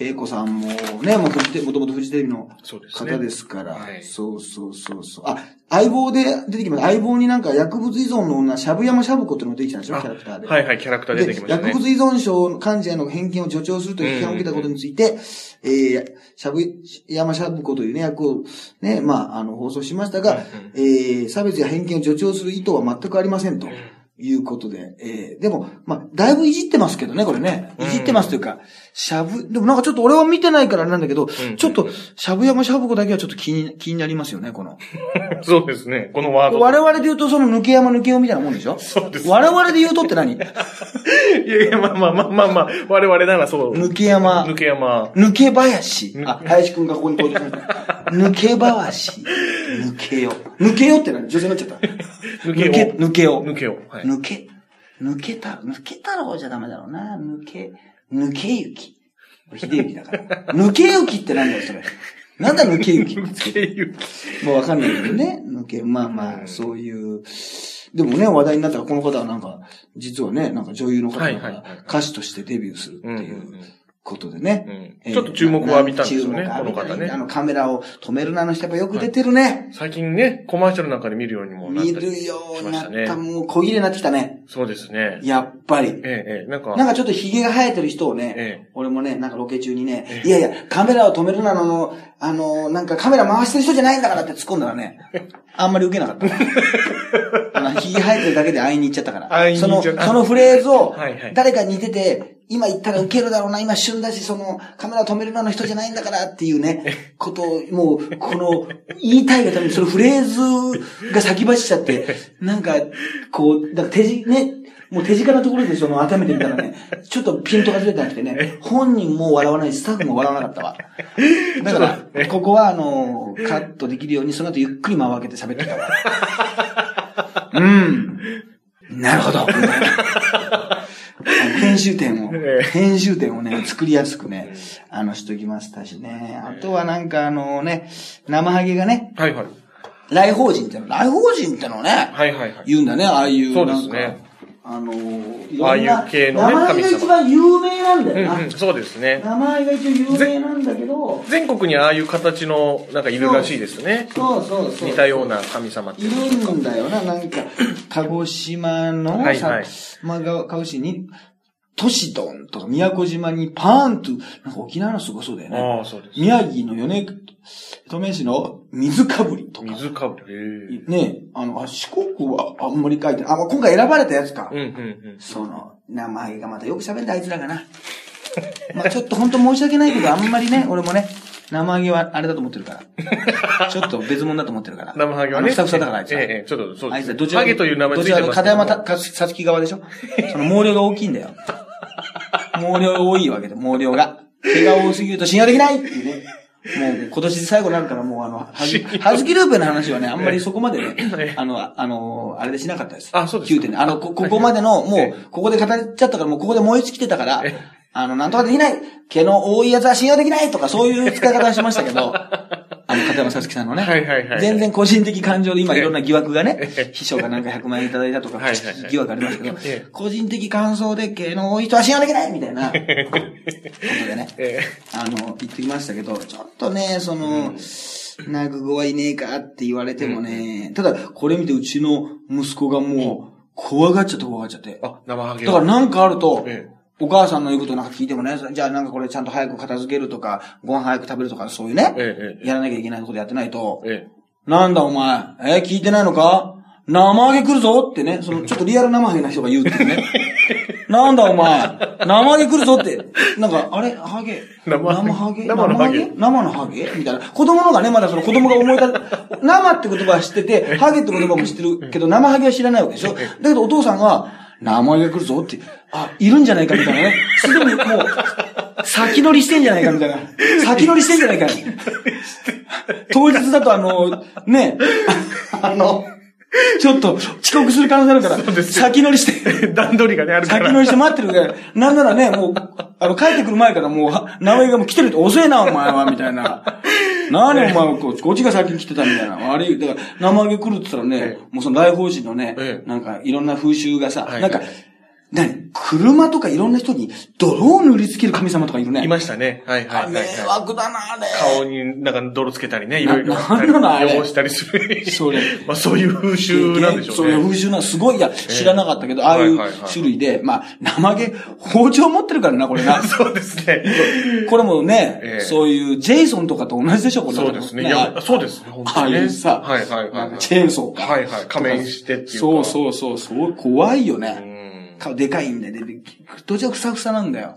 A: 恵子さんもね、もうフジテもともとフジテレビの
B: そうですね
A: 方ですから、
B: はい
A: そうそうそうそう。あ、相棒で出てきました。相棒になんか薬物依存の女、しゃぶ山しゃぶ子っていうのが出てきたんですよ、キャラクターで。
B: はいはい、キャラクター出てきました
A: で
B: ね
A: 薬。物依存症患者への偏見を助長するという批判を受けたことについて、えー、しゃぶ、山しゃぶ子というね、役をね、まあ、あの、放送しましたが、えー、差別や偏見を助長する意図は全くありませんと。いうことで、えー、でも、まあ、だいぶいじってますけどね、これね。
B: うん
A: いじってますというか、しゃぶ、でもなんかちょっと俺は見てないからなんだけど、
B: んうん
A: ちょっと、しゃぶやもしゃぶ子だけはちょっと気に、気になりますよね、この。
B: そうですね。このワード。
A: 我々で言うとその抜け山抜けよみたいなもんでしょ
B: そうです
A: 我々で言うとって 何
B: いやいや、まあまあまあまあまあ、我々ならそう。
A: 抜け山、
B: 抜け山。
A: 抜け林。あ、林くんがここに登場し ました。抜け林、抜けよ。抜けよって何女性になっちゃった。
B: 抜けよ
A: 抜けよ。
B: 抜けよ。はい。
A: 抜け、抜けた、抜けたろうじゃダメだろうな。抜け、抜けゆき。秀幸だ から。抜けゆきってなんだよ、それ。なんだ抜けゆき。
B: 抜けゆき。
A: もうわかんないけどね。抜け、まあまあ、そういう。でもね、話題になったら、この方はなんか、実はね、なんか女優の方
B: はいはいはい
A: が歌手としてデビューするって
B: うんうん
A: いうことでね。
B: うん
A: えー
B: ちょっと注目を浴びたんですよ
A: 注
B: ね
A: 目を浴びた
B: この方ね
A: あの、カメラを止めるなの人やっぱよく出てるね。
B: 最近ね、コマーシャルなんかで見るようにもなっ
A: 見
B: たり
A: る
B: し
A: ように
B: ま
A: な
B: した
A: っ
B: ね
A: た。。もう小切れになってきたね。
B: そうですね。
A: やっぱり。
B: ええ、ええ、なんか
A: なん、かちょっと髭が生えてる人をね、
B: え
A: 俺もね、なんかロケ中にね、いやいや、カメラを止めるなの、あの、なんかカメラ回してる人じゃないんだからって突っ込んだら ね、あんまり受けなかった。 あの、髭生えてるだけで会いに行っちゃったから。
B: 会いに行っちゃっ
A: そ
B: た
A: の、そのフレーズを
B: はいはい、
A: 誰かに似てて、今言ったら受けるだろうな、今旬だし、その、カメラ止めるなの人じゃないんだからっていうね、ことを、もう、この、言いたいがために、そのフレーズが先走っちゃって、なんか、こう、だから手じ、ね、もう手近なところでその、改めて見たらね、ちょっとピントがずれてなくてね、本人も笑わないし、スタッフも笑わなかったわ。だから、ここはあの、カットできるように、その後ゆっくり間を開けて喋ってた わ。うん。なるほど。編集点を
B: ええ、
A: 編集点をね、作りやすくね、あの、しときましたしね。あとはなんかあのね、生ハゲがね、
B: はいはい。
A: 来訪人っての、来訪人ってのをね、
B: はいはいはい。
A: 言うんだね、ああいう
B: そう
A: な
B: で
A: ん
B: す
A: か。
B: ね
A: あの、い
B: ああ
A: ろん
B: い
A: な
B: う系のね
A: 生ハゲが一番有名なんだよ
B: う
A: な。
B: んうん、そうですね。
A: 名前が一応有名なんだけど、
B: 全国にああいう形の、なんかいるらしいですね。
A: そうそうそう。
B: 似たような神様って
A: い
B: いうの
A: るんだよな、なんか、鹿児島の、
B: はいはい
A: さまあ、が鹿児島に、都市ドンとか宮古島にパーンと、なんか沖縄のすごそうだよね。
B: ああ、そうです。
A: 宮城の米富市の水かぶりとか。
B: 水かぶり。うん
A: ねあの、あ四国はあんまり書いてないあ、まあ、今回選ばれたやつか。
B: うんうん。
A: その、名前がまたよく喋るんだ、あいつらがな。まあちょっと本当申し訳ないけど、あんまりね、俺もね、生揚げはあれだと思ってる から。ちょっと別物だと思ってるから。
B: 生ハゲは
A: あの
B: ね。
A: ふさふさだから、あいつ
B: え
A: ら。
B: えええ、ちょっとそうです。
A: あいつらどちら
B: ハゲという名前つ
A: ど
B: い
A: ち
B: て
A: ら
B: ますけ
A: の
B: ど
A: 片山たかさつき側で しょその毛量が大きいんだよ。毛量が多いわけで、毛量が。毛が多すぎると信用できないっていうね。もう今年最後になるからもうあの、はず、はずきルーペの話はね、あんまりそこまでね、あの、ああの、あれでしなかったです。
B: あそうですか
A: 9点あの、こ、ここまでの、もう、ここで語っちゃったから、もうここで燃え尽きてたから、あの、なんとかできない毛の多いやつは信用できないとか、そういう使い方をしましたけ ど、あの、片山さつきさんのね。
B: はいはいはい
A: 全然個人的感情で今いろんな疑惑がね、秘書がなんか100万円いただいたとか
B: はいはいはい、
A: 疑惑ありますけど
B: ええ、
A: 個人的感想で毛の多い人は信用できないみたいな、ことでね。
B: ええ
A: あの、言ってきましたけど、ちょっとね、その、泣く子はいねえかって言われてもね、ただ、これ見てうちの息子がもう、怖がっちゃって怖がっちゃって。だ
B: あ、生ハゲ。
A: からなんかあると
B: ええ、
A: お母さんの言うことなんか聞いてもね、じゃあなんかこれちゃんと早く片付けるとか、ご飯早く食べるとか、そういうね、
B: ええ、え
A: やらなきゃいけないことやってないと
B: え、、え
A: なんだお前、えー聞いてないのか生揚げ来るぞってね、 その、ちょっとリアル生揚げな人が言うっていうね。なんだお前、生揚げ来るぞって。なんか、あれ、ハゲ。
B: 生揚げ
A: ハゲ
B: 生のハゲ
A: 生のハゲみたいな。子供のがね、まだその子供が思い立て、生って言葉は知ってて、ハゲって言葉も知ってるけど、生ハゲは知らないわけで しょ。だけどお父さんが、生ハゲ来るぞって、あ、いるんじゃないかみたいなね。すでにもう、先乗りしてんじゃないかみたいな。先乗りしてんじゃないか。 当日だとあの、ね、あの、ちょっと遅刻する可能性あるから、先乗りして。
B: え。 段取りがね、あるか
A: 先
B: ら。
A: 乗りして待ってるから、なんならね、もう、あの、帰ってくる前からもうは、直江がもう来てるって遅えな、お前は、みたいな。何お前はこう、こっちが先に来てたみたいな。あれ、だから、生揚げ来るって言ったらね、もうその来訪人のね
B: え、え
A: なんか、いろんな風習がさ、
B: はい
A: なんか、何車とかいろんな人に泥を塗りつける神様とかいるね。
B: いましたね。はいはい
A: あ
B: はい
A: 迷
B: はい。
A: 惑だな、あれ。
B: 顔になんか泥つけたりね、いろいろ。
A: ななんなのあれ
B: 汚したりする。
A: それ。
B: まあそういう風習なんでしょうね。。
A: そういう風習なんすごい、いや、知らなかったけど、ああいう種類で、まあ、生毛、包丁持ってるからな、これな
B: そうですね。
A: これもね、
B: ええ
A: そういう、ジェイソンとかと同じでしょ、これ。
B: そうですね。い
A: ね
B: や、そうですね。本
A: あ
B: 当
A: あ
B: に
A: い
B: ね。
A: うさ、
B: はいはいはいはい。
A: チェーンソーか。
B: はいはい仮面してっていうか
A: そうそうそう、そう、怖いよ
B: う
A: ね。
B: ん
A: 顔でかいんだよ。で、でどちらふさふさなんだよ。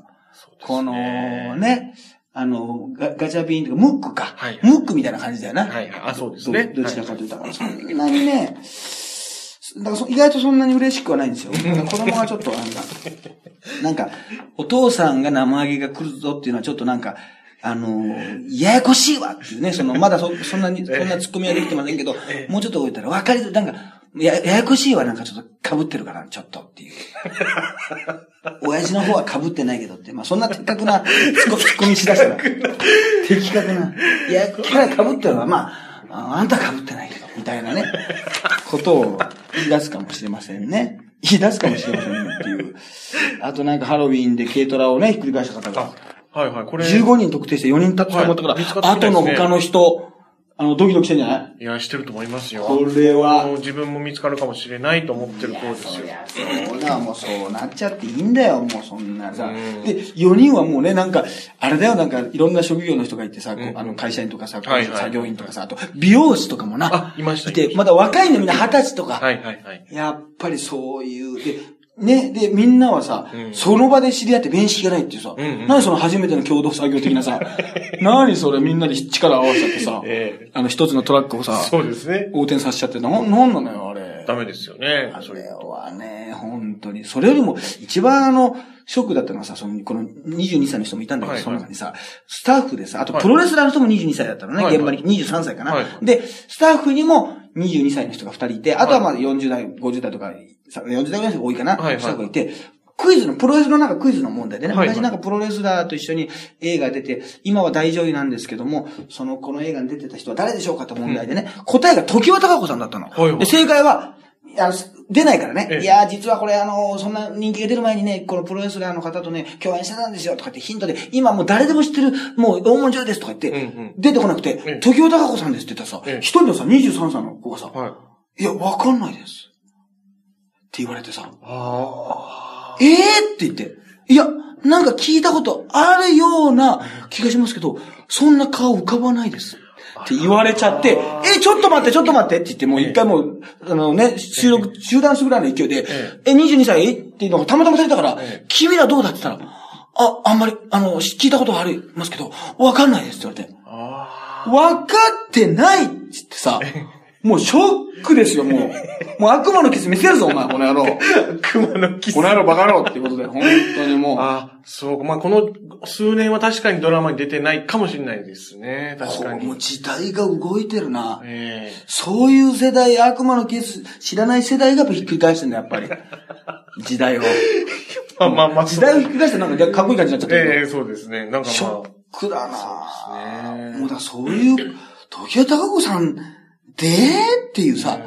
A: このね、あの、ガガチャピンとか、ムックか。
B: はい
A: ムックみたいな感じだよな。
B: はいはい。あ、そうです
A: ど
B: ね。
A: どちらかというと、だからそんなにね、だからそ意外とそんなに嬉しくはないんで すよ。子供がちょっと、あのなんか、お父さんが生揚げが来るぞっていうのはちょっとなんか、あのややこしいわっていうね、その、まだそ、そんなに、そんな突っ込みはできてませんけど、もうちょっと置いたら分かりづらい、なんか、や、ややこしいはなんかちょっと被ってるから、ちょっとっていう。親父の方は被ってないけどって、まあそんな的確な突っ込みしだしたら、的確な。いや、キャラ被ってるのは、まあ、ああんた被ってないけど、みたいなね、ことを言い出すかもしれませんね。言い出すかもしれませんねっていう。あとなんかハロウィンで軽トラをね、ひっくり返した方が
B: あ、、はいはい。これ。
A: 15人特定して4人た捕まったから、
B: はい見つかって
A: あ
B: みた
A: との
B: いですね
A: 他の人、あの、ドキドキしてんじゃない
B: いや、してると思いますよ。
A: これは
B: もう自分も見つかるかもしれないと思ってるそうですよ
A: い。やそりゃそうだ、もうそうなっちゃっていいんだよ、もうそんなさ。
B: うん
A: で、4人はもうね、なんか、あれだよ、なんか、いろんな職業の人がいてさ、こう
B: うん
A: あの、会社員とかさ、こう
B: はいはい
A: 作業員とかさ、あと、美容師とかもな、
B: あいましたいま
A: て
B: し、た
A: まだ若いのみんな二十歳とか、
B: はいはいはい。
A: やっぱりそういう、で、ね、で、みんなはさ、
B: うん
A: その場で知り合って面識がないっていうさ、
B: うんうん
A: 何その初めての共同作業的な さ、何それみんなで力を合わせちゃってさ、
B: ええ
A: あの、一つのトラックをさ、
B: そうですね。
A: 横転させちゃって、な、なんなのよ、あれ。
B: ダメですよね。
A: あ
B: そうい
A: れ
B: う
A: はね、本当に。それよりも、一番あの、ショックだったのはさ、その、この22歳の人もいたんだけど、
B: はいはい
A: その中にさ、スタッフでさ、あと
B: はい
A: プロレスラーの人も22歳だったのね、
B: はい
A: 現場
B: はい
A: に23歳かな、
B: はいはい
A: で、スタッフにも22歳の人が2人いて、あとはまあ40代、50代とか、さ40代ぐらいの人が多いかな、
B: はいはい
A: スタッフがいて、クイズの、プロレスのなんかクイズの問題でね、
B: はいはい
A: 昔なんかプロレスラーと一緒に映画出て、今は大女優なんですけども、その、この映画に出てた人は誰でしょうかって問題でね、答えが時盤貴子さんだったの。
B: はいはい
A: で正解は、あの、出ないからね。
B: ええ
A: いやー、実はこれ、あのー、そんな人気が出る前にね、このプロレスラーの方とね、共演してたんですよ、とかってヒントで、今もう誰でも知ってる、もう大文字ですとか言って、
B: うんうん
A: 出てこなく
B: え
A: て、
B: え
A: 時岡貴子さんですって言ったらさ、一、
B: ええ
A: 人のさ、23歳の子がさ、
B: はい。
A: い、や、わかんないです。って言われてさ、
B: ああ。
A: ええー、って言って、いや、なんか聞いたことあるような気がしますけど、そんな顔浮かばないです。って言われちゃって、え、ちょっと待って、ちょっと待ってって言って、もう一回もう、あのね、収録中断するぐらいの勢いで、え、22歳っていうのがたまたまされたから
B: ええ、
A: 君らどうだって言ったら、あ、あんまり、あの、聞いたことはありますけど、わかんないですって言われて。
B: あ
A: わかってないって言ってさ、もうショックですよ、もう。もう悪魔のキス見せるぞ、お前、この野 郎。
B: あ。熊のキス
A: こ。の野郎バカ野郎っていうことで、本当にもう。
B: あそうか。まあ、この数年は確かにドラマに出てないかもしれないですね。確
A: こ
B: か
A: う、
B: に
A: もう。時代が動いてるな。
B: え
A: そういう世代、悪魔のケース、知らない世代がひっくり返してんだ、やっぱ り。時代を。
B: えまあまあまあ、
A: 時
B: そう
A: 代をひっくり返してなんか逆かっこいい感じになっちゃって
B: え
A: る
B: えそうですね。なんか
A: けど。ショ
B: ま
A: ックだな
B: あ。
A: もうだ、そういう、時矢貴子さんでっていうさ、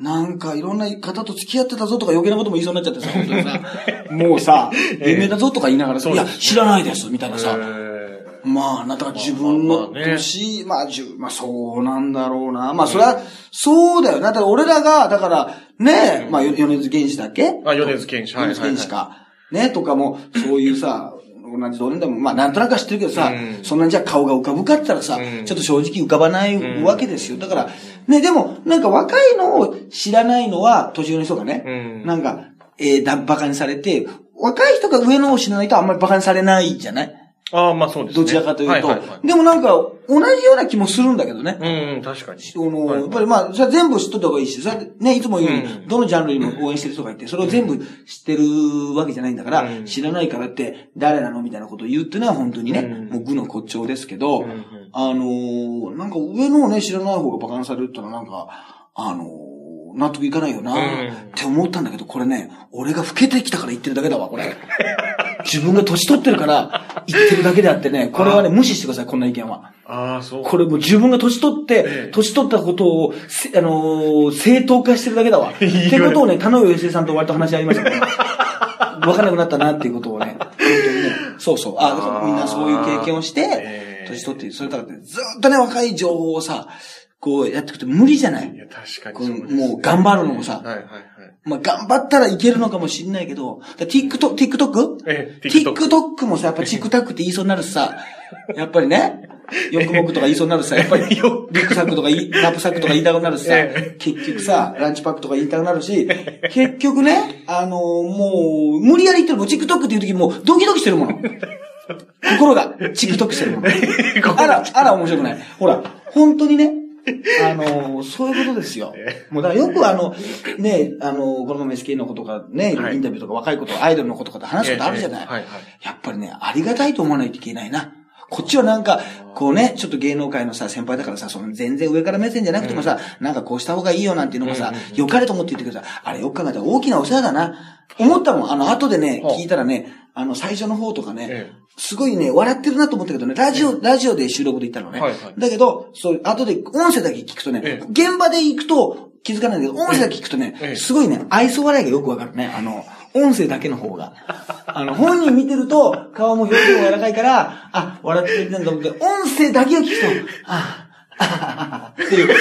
A: なんかいろんな方と付き合ってたぞとか余計なことも言いそうになっちゃってさ、本当に さもうさ、有名だぞとか言いながらさ、
B: ええ
A: いや、知らないです、みたいなさ、
B: ええ
A: まあ、なんか自分の
B: まあまあね
A: 年、まあ、じゅまあ、そうなんだろうな。まあ、それは、そうだよな。だから、俺らが、だから、ね、まあ、よ米津玄師だっけ
B: あ、米津玄師。は
A: 米
B: いはい
A: 津
B: はい
A: 玄師か。ね、とかも、そういうさ、同じ同年代も、まあ、なんとなくは知ってるけどさ、
B: うん
A: そんなにじゃあ顔が浮かぶかって言ったらさ、
B: うん
A: ちょっと正直浮かばないわけですよ。だから、ね、でも、なんか若いのを知らないのは、途中の人がね、
B: うん
A: なんか、えー、だ、バカにされて、若い人が上のを知らないとあんまりバカにされないじゃない
B: ああ、まあそうですね。
A: どちらかというと。
B: はいはいはい
A: でもなんか、同じような気もするんだけどね。
B: うんうん、確かに。
A: あの、
B: はい
A: やっぱりまあ、それは全部知っとった方がいいし、それはね、いつも言うように、
B: うん
A: どのジャンルにも応援してる人がいて、それを全部知ってるわけじゃないんだから、
B: うん
A: 知らないからって、誰なのみたいなことを言うっていうのは本当にね、
B: うん
A: もう愚の骨頂ですけど、
B: うんうん
A: あのーなんか上のをね、知らない方が馬鹿にされるってのはなんか、あのー納得いかないよな、
B: うん
A: って思ったんだけど、これね、俺が老けてきたから言ってるだけだわ、これ。 自分が年取ってるから言ってるだけであってね、これはね、無視してください、こんな意見は。
B: ああ、そう。
A: これもう自分が年取って、
B: ええ
A: 年取ったことをせ、あの ー正当化してるだけだわ。っ
B: いいよ
A: てことをね、田上義生さんと割と話し合いましたね。わかんなくなったなっていうことをね、本当にね、そうそう。あ、だからみんなそういう経験をして
B: え、ー
A: 年取って、それだからねずっとね、若い情報をさ、こうやっていくと無理じゃない
B: い。や、確かに
A: こ
B: そううですね
A: もう頑張るのもさ
B: はいはいはい。
A: まあ、頑張ったらいけるのかもしんないけど、だ TikTok、TikTok?
B: ええ TikTok
A: TikTok もさ、やっぱチクタクって言いそうになるしさ、やっぱりね、よくもくとか言いそうになる しさ、やっぱり、リ
B: よ
A: ュックサックとかい、ナップサックとか言いたくなるしさ
B: え、
A: 結局さ、ランチパックとか言いたくなるし、結局ね、あのーもう、無理やり言ってるもん、TikTok っていう時もう、ドキドキしてるもの。心が、TikTok してるもの。あら、あら面白くない。ほら、本当にね、あのーそういうことですよ。もうだからよくあの、ね、あのーこの前 SK のことかね、
B: はい
A: インタビューとか若い子とかアイドルのことかって話すことあるじゃない、
B: ええはいはい。
A: やっぱりね、ありがたいと思わないといけないな。こっちはなんか、こうね、ちょっと芸能界のさ、先輩だからさ、その全然上から目線じゃなくてもさ、なんかこうした方がいいよなんていうのもさ、良かれと思って言ってください。あれよく考えたら大きなお世話だな。思ったもん、あの、後でね、
B: はあ
A: 聞いたらね、あの、最初の方とかね、
B: ええ
A: すごいね、笑ってるなと思ったけどね、ラジオ、ラジオで収録で行ったのね。
B: はいはい
A: だけど、そう、後で音声だけ聞くとね、
B: ええ
A: 現場で行くと気づかないんだけど、音声だけ聞くとね、
B: ええ
A: すごいね、愛想笑いがよくわかるね。あの、音声だけの方が。あの、本人見てると、顔も表情も柔らかいから、あ、笑ってくれてるんだと思って、音声だけを聞くと、ああああっていう。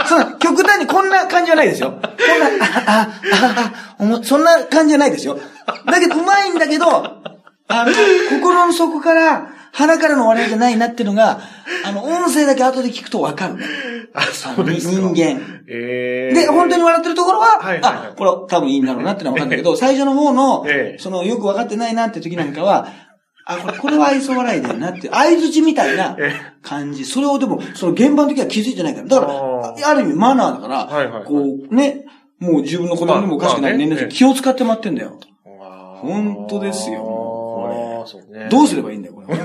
A: あその、極端にこんな感じはないですよ。こんな、あ、あ、あ、あ、おもそんな感じはないですよ。だけど、うまいんだけど、あの、心の底から、腹からの笑いじゃないなっていうのが、あの、音声だけ後で聞くとわかるね。
B: あ、そうですか。
A: 人間。
B: ええ
A: で、本当に笑ってるところは、
B: はいはいはい
A: あ、これ多分いいんだろうなってのは分かるんだけど、最初の方の、
B: ええ
A: その、よく分かってないなって時なんかは、あ、これ、これは愛想笑いだよなって、相槌みたいな
B: え
A: 感じ。それをでも、その現場の時は気づいてないから。だか
B: あ
A: ら、ある意味マナーだから、
B: はいはいはい
A: こう、ね、もう自分の子供にもおかしくない
B: まあまあね
A: 年齢
B: え
A: で
B: え
A: 気を使って待ってんだよ。
B: わー
A: 本当ですよもうこれ
B: あーそうね。
A: どうすればいいんだよ、こ れ。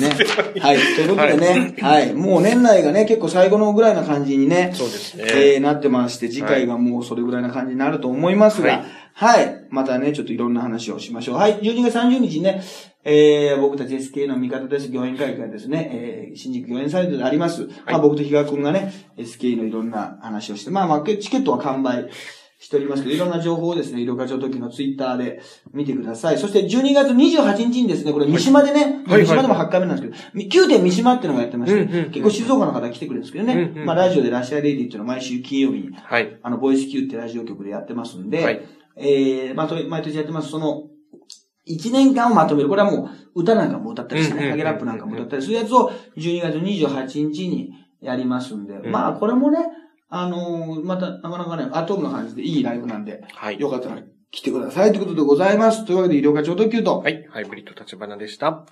A: ね。はい。ということでね、はい。もう年内がね、結構最後のぐらいな感じにね、
B: そうですね
A: えーなってまして、次回がもうそれぐらいな感じになると思いますが、はい、またね、ちょっといろんな話をしましょう。はい。12月30日にね、えー、僕たち SK の味方です。御苑会がですね、えー、新宿御苑サイトであります。まあ、僕と比嘉君がね、SK のいろんな話をして、まあまあ、チケットは完売。しておりますけど、いろんな情報をですね、医療課長時のツイッターで見てください。そして12月28日にですね、これ三島でね、
B: は
A: 三
B: い
A: 島でも8回目なんですけど、み9点三島っていうのがやってまして、
B: うんうんうん
A: 結構静岡の方が来てくれるんですけどね、
B: うんうん
A: まあラジオでラッシャーレディっていうのを毎週金曜日に、
B: はい。
A: あの、ボイス Q ってラジオ局でやってますんで、
B: はい
A: えー、まあ、それ毎年やってます、その、1年間をまとめる。これはもう、歌なんかも歌ったりして
B: うんうんうん
A: ね、
B: うん
A: ハゲラップなんかも歌ったりするやつを12月28日にやりますんで、
B: ん
A: まあ、これもね、あのーまた、なかなかね、アトムな感じでいいライブなんで、
B: はい。
A: よかったら来てくださいということでございます。というわけで、医療課長特急と、
B: はい。ハイブリッド立花でした。